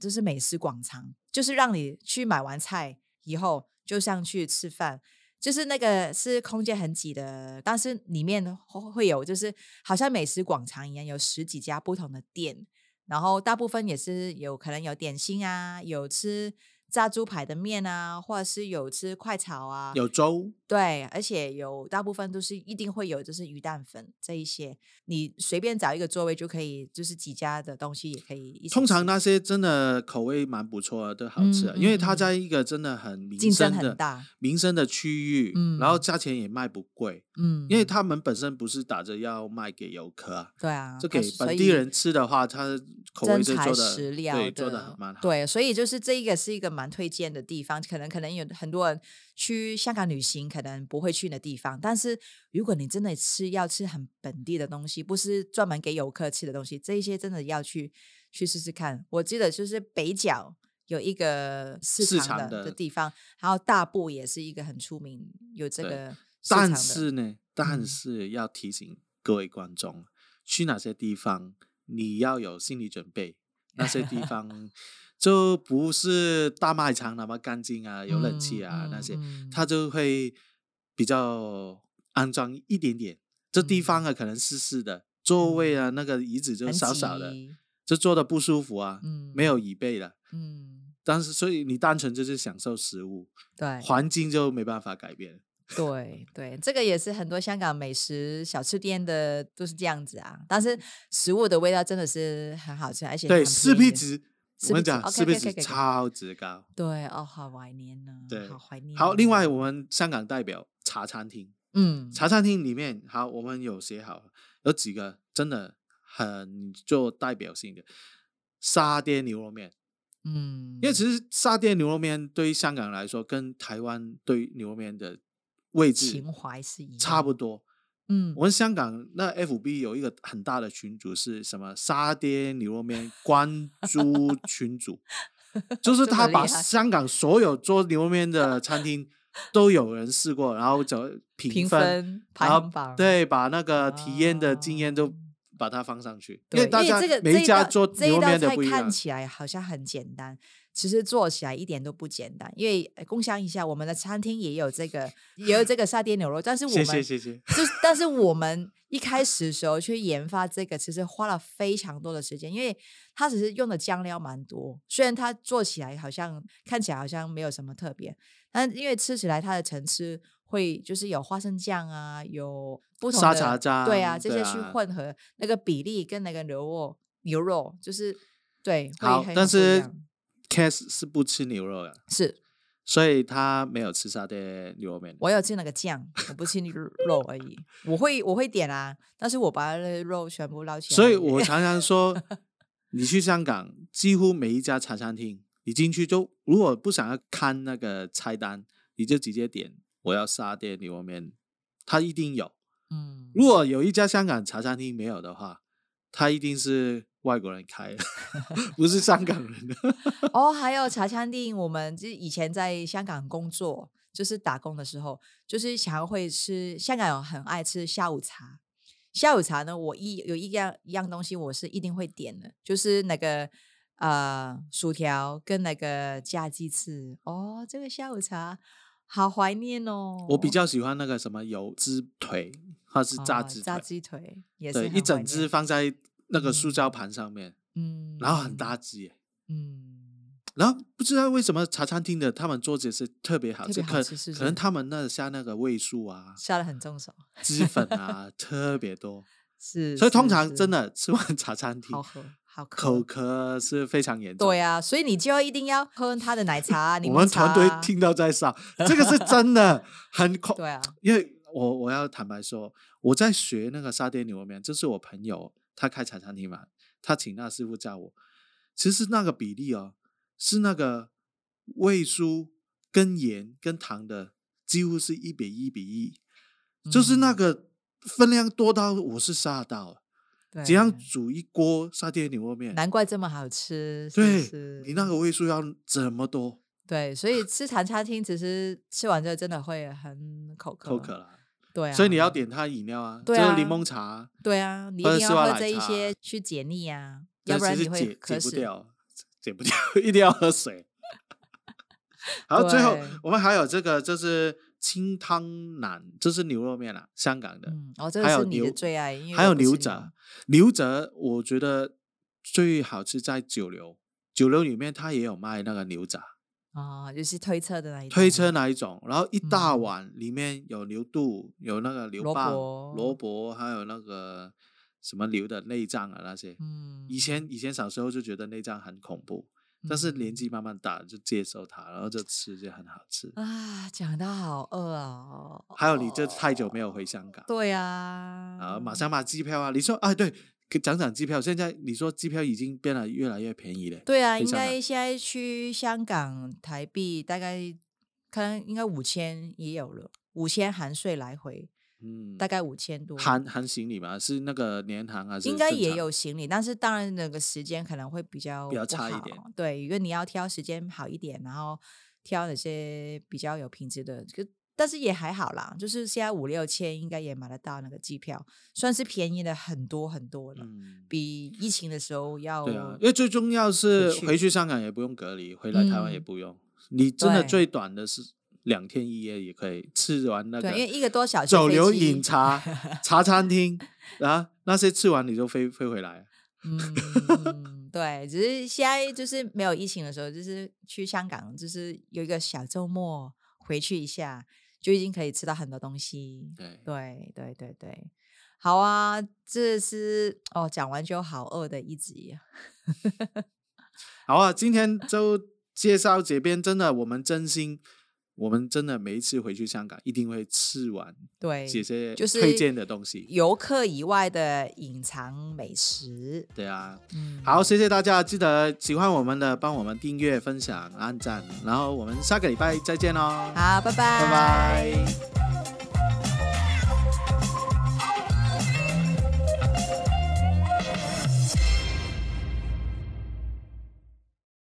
Speaker 2: 就是美食广场，就是让你去买完菜以后就上去吃饭。就是那个是空间很挤的，但是里面会会有就是好像美食广场一样，有十几家不同的店，然后大部分也是有可能有点心啊，有吃炸猪排的面啊，或者是有吃快炒啊，
Speaker 1: 有粥，
Speaker 2: 对，而且有大部分都是一定会有，就是鱼蛋粉这一些，你随便找一个座位就可以，就是几家的东西也可以一起吃。
Speaker 1: 通常那些真的口味蛮不错的，都好吃的，
Speaker 2: 嗯
Speaker 1: 因为
Speaker 2: 嗯
Speaker 1: 它
Speaker 2: 嗯
Speaker 1: 在一个真的很民
Speaker 2: 竞争
Speaker 1: 生
Speaker 2: 很
Speaker 1: 的
Speaker 2: 大，
Speaker 1: 民生的区域，然后
Speaker 2: 嗯
Speaker 1: 价钱也卖不贵，
Speaker 2: 嗯，
Speaker 1: 因为他们本身不是打着要卖给游客啊，
Speaker 2: 对啊，
Speaker 1: 这
Speaker 2: 它
Speaker 1: 给
Speaker 2: 是所
Speaker 1: 本地
Speaker 2: 以
Speaker 1: 人吃的话，它口
Speaker 2: 真
Speaker 1: 味是做
Speaker 2: 材
Speaker 1: 的
Speaker 2: 实料
Speaker 1: 对，做的蛮好。
Speaker 2: 对，所以就是这一个是一个蛮推荐的地方，可能可能有很多人去香港旅行可能不会去的地方，但是如果你真的吃要吃很本地的东西，不是专门给游客吃的东西，这一些真的要去去试试看。我记得就是北角。有一个市
Speaker 1: 市
Speaker 2: 场的
Speaker 1: 场的
Speaker 2: 的地方，然后大埔也是一个很出名，有这
Speaker 1: 对
Speaker 2: 个市场
Speaker 1: 但
Speaker 2: 的
Speaker 1: 是呢，
Speaker 2: 嗯
Speaker 1: 但是要提醒各位观众，去哪些地方你要有心理准备，那些地 方就不是大卖场那么干净啊，有冷气啊、
Speaker 2: 嗯
Speaker 1: 那些，
Speaker 2: 嗯
Speaker 1: 它就会比较肮脏一点点。这地方啊，可能湿湿的，座位啊那个椅子就
Speaker 2: 嗯很
Speaker 1: 少少的，
Speaker 2: 挤
Speaker 1: 就坐的不舒服啊，
Speaker 2: 嗯，
Speaker 1: 没有椅背了。
Speaker 2: 嗯，
Speaker 1: 但是，所以你单纯就是享受食物，
Speaker 2: 对，
Speaker 1: 环境就没办法改变。
Speaker 2: 对对，这个也是很多香港美食小吃店的都是这样子啊。但是食物的味道真的是很好吃，而且
Speaker 1: 对，
Speaker 2: 很
Speaker 1: 四
Speaker 2: 便
Speaker 1: P
Speaker 2: 宜
Speaker 1: 值，
Speaker 2: 4P
Speaker 1: 我们
Speaker 2: 值
Speaker 1: 讲四
Speaker 2: ，OK，OK，OK，OK
Speaker 1: P 值超级高。
Speaker 2: 对哦，好怀念呢、
Speaker 1: 对
Speaker 2: 好怀念。哦
Speaker 1: 好，另外我们香港代表茶餐厅，
Speaker 2: 嗯，
Speaker 1: 茶餐厅里面好，我们有写好有几个真的很做代表性的沙爹牛肉面，
Speaker 2: 嗯，
Speaker 1: 因为其实沙爹牛肉面对于香港来说，跟台湾对牛肉面的位置
Speaker 2: 情怀是一样
Speaker 1: 差不多。
Speaker 2: 嗯
Speaker 1: 我们香港那 FB 有一个很大的群组是什么沙爹牛肉面 关注群组，就是
Speaker 2: 这么
Speaker 1: 他
Speaker 2: 厉
Speaker 1: 把
Speaker 2: 害
Speaker 1: 香港所有做牛肉面的餐厅都有人试过，然后找
Speaker 2: 评
Speaker 1: 评分，
Speaker 2: 排
Speaker 1: 然后
Speaker 2: 行榜
Speaker 1: 对，把那个体验的经验
Speaker 2: 啊
Speaker 1: 都把它放上去，
Speaker 2: 对，
Speaker 1: 为大家
Speaker 2: 这个这
Speaker 1: 每一家
Speaker 2: 道
Speaker 1: 做
Speaker 2: 这
Speaker 1: 牛肉
Speaker 2: 一道
Speaker 1: 面的
Speaker 2: 菜
Speaker 1: 不一样
Speaker 2: 看，起来好像很简单，其实做起来一点都不简单。因为呃共享一下，我们的餐厅也有这个，也有这个沙爹牛肉，但是我
Speaker 1: 谢
Speaker 2: 们
Speaker 1: 谢谢谢，
Speaker 2: 就是，但是我们一开始的时候去研发这个，其实花了非常多的时间，因为它只是用的酱料蛮多，虽然它做起来好像看起来好像没有什么特别，但因为吃起来它的层次会就是有花生酱啊，有不同的
Speaker 1: 沙茶酱
Speaker 2: 对啊，这些
Speaker 1: 对
Speaker 2: 去
Speaker 1: 啊
Speaker 2: 混合、那个比例跟那个牛肉牛肉就是对，会
Speaker 1: 好
Speaker 2: 很，有
Speaker 1: 但
Speaker 2: 不一
Speaker 1: 是
Speaker 2: 样
Speaker 1: Cass 是不吃牛肉的，
Speaker 2: 是
Speaker 1: 所以他没有吃沙爹牛肉面。
Speaker 2: 我有吃那个酱，我不吃那个肉 而已。我会我会点啊，但是我把那肉全部捞起来。
Speaker 1: 所以我常常 说，你去香港几乎每一家茶餐厅，你进去就如果不想要看那个菜单，你就直接点我要沙爹牛肉面，它一定有。
Speaker 2: 嗯，
Speaker 1: 如果有一家香港茶餐厅没有的话，它一定是外国人开的， 不是香港人的。
Speaker 2: 哦，还有茶餐厅，我们就以前在香港工作，就是打工的时候，就是常会吃。香港有很爱吃下午茶，下午茶呢，我一有一样一样东西，我是一定会点的，就是那个呃薯条跟那个炸鸡翅。哦，这个下午茶好怀念哦。
Speaker 1: 我比较喜欢那个什么油鸡腿，它是炸
Speaker 2: 哦
Speaker 1: 鸡腿，
Speaker 2: 炸鸡腿也是
Speaker 1: 对，
Speaker 2: 很
Speaker 1: 一
Speaker 2: 怀
Speaker 1: 整
Speaker 2: 念
Speaker 1: 只，放在那个塑
Speaker 2: 嗯
Speaker 1: 胶盘上面，
Speaker 2: 嗯，
Speaker 1: 然后很大只耶。
Speaker 2: 嗯，
Speaker 1: 然后不知道为什么茶餐厅的他们做这些特别好
Speaker 2: 特
Speaker 1: 吃，
Speaker 2: 别
Speaker 1: 可
Speaker 2: 好吃是不
Speaker 1: 可能
Speaker 2: 是、
Speaker 1: 他们那下那个味素啊
Speaker 2: 下的很重手，
Speaker 1: 脂粉 啊特别多，
Speaker 2: 是，
Speaker 1: 所以通
Speaker 2: 是
Speaker 1: 常真
Speaker 2: 是
Speaker 1: 的吃完茶餐厅
Speaker 2: 好，喝，好喝
Speaker 1: 口渴是非常严重。
Speaker 2: 对啊，所以你就要一定要喝他的奶茶、柠
Speaker 1: 我
Speaker 2: 檬
Speaker 1: 们团队
Speaker 2: 茶
Speaker 1: 听到在笑，这个是真的，很恐。
Speaker 2: 对啊，
Speaker 1: 因为我我要坦白说，我在学那个沙爹牛肉面，就是我朋友他开茶餐厅嘛，他请那师傅教我。其实那个比例哦，是那个味素跟盐跟糖的几乎是一比一比一，就是那
Speaker 2: 嗯
Speaker 1: 个分量多到我是吓到了。
Speaker 2: 对
Speaker 1: 怎样煮一锅沙爹牛肉面？
Speaker 2: 难怪这么好吃，是不
Speaker 1: 对
Speaker 2: 是，
Speaker 1: 你那个味素要这么多，
Speaker 2: 对，所以吃茶餐厅其实吃完之后真的会很口渴，
Speaker 1: 口渴，了。
Speaker 2: 对啊，
Speaker 1: 所以你要点它饮料啊，
Speaker 2: 对
Speaker 1: 就是
Speaker 2: 啊
Speaker 1: 柠檬茶，
Speaker 2: 对啊，你一
Speaker 1: 或者
Speaker 2: 定
Speaker 1: 丝
Speaker 2: 要
Speaker 1: 袜
Speaker 2: 喝
Speaker 1: 奶
Speaker 2: 这一
Speaker 1: 茶
Speaker 2: 些去解腻啊，
Speaker 1: 但
Speaker 2: 要不然
Speaker 1: 其
Speaker 2: 你
Speaker 1: 实
Speaker 2: 会
Speaker 1: 解
Speaker 2: 渴
Speaker 1: 解不
Speaker 2: 死。
Speaker 1: 掉，解不掉， 一定要喝水。 好，最后
Speaker 2: 对
Speaker 1: 我们还有这个就是清汤腩，这是牛肉面啦，香港的，
Speaker 2: 嗯，哦，这
Speaker 1: 还
Speaker 2: 个
Speaker 1: 有
Speaker 2: 是你的
Speaker 1: 牛
Speaker 2: 最爱，因为
Speaker 1: 还
Speaker 2: 我
Speaker 1: 有
Speaker 2: 不啊吃
Speaker 1: 牛杂。牛杂我觉得最好吃在九流，九流里面它也有卖那个牛杂，
Speaker 2: 哦，就是推车的那一
Speaker 1: 推
Speaker 2: 种
Speaker 1: 车那一种，然后一大
Speaker 2: 嗯
Speaker 1: 碗里面有牛肚，有那个牛
Speaker 2: 萝
Speaker 1: 蒡、
Speaker 2: 卜
Speaker 1: 萝卜，还有那个什么牛的内脏啊那些。
Speaker 2: 嗯，
Speaker 1: 以前以前小时候就觉得内脏很恐怖，但是年
Speaker 2: 嗯
Speaker 1: 纪慢慢大就接受它，然后就吃就很好吃。
Speaker 2: 啊，讲到好饿啊、哦，
Speaker 1: 还有你这太久没有回香港，
Speaker 2: 对啊，
Speaker 1: 啊，马上买机票啊！你说啊，对，给讲讲机票，现在你说机票已经变得越来越便宜了。
Speaker 2: 对啊，
Speaker 1: 回
Speaker 2: 应
Speaker 1: 香港
Speaker 2: 该现在去香港台币大概可能应该五千也有了，五千含税来回
Speaker 1: 嗯，
Speaker 2: 大概五千多，
Speaker 1: 含含行李嘛，是那个联航还是
Speaker 2: 应该
Speaker 1: 正
Speaker 2: 也
Speaker 1: 常
Speaker 2: 有行李，但是当然那个时间可能会比较
Speaker 1: 比较
Speaker 2: 不
Speaker 1: 差一点
Speaker 2: 好，对，因为你要挑时间好一点，然后挑那些比较有品质的，可但是也还好啦，就是现在五六千应该也买得到那个机票，算是便宜了很多很多了，
Speaker 1: 嗯。
Speaker 2: 比疫情的时候要
Speaker 1: 对啊，因为最重要是
Speaker 2: 去
Speaker 1: 回去香港也不用隔离，回来台湾也
Speaker 2: 嗯
Speaker 1: 不用。你真的
Speaker 2: 对
Speaker 1: 最短的是两天一夜也可以吃完那个，
Speaker 2: 对，因为一个多小时
Speaker 1: 走
Speaker 2: 飞
Speaker 1: 流
Speaker 2: 机
Speaker 1: 饮 茶茶餐厅啊，那些吃完你就飞飞回来。
Speaker 2: 嗯，对，只是现在就是没有疫情的时候，就是去香港，就是有一个小周末回去一下，就已经可以吃到很多东西。
Speaker 1: 对，
Speaker 2: 对对对对，好啊，这是哦，讲完就好饿的一集啊。
Speaker 1: 好啊，今天就介绍这边，真的我们真心，我们真的每一次回去香港一定会吃完
Speaker 2: 对，
Speaker 1: 这些
Speaker 2: 就是
Speaker 1: 推荐的东西。
Speaker 2: 游客以外的隐藏美食。
Speaker 1: 对啊，
Speaker 2: 嗯，
Speaker 1: 好，，谢谢大家，记得喜欢我们的，帮我们订阅、分享、按赞，然后我们下个礼拜再见喽，
Speaker 2: 好，拜拜，
Speaker 1: 拜拜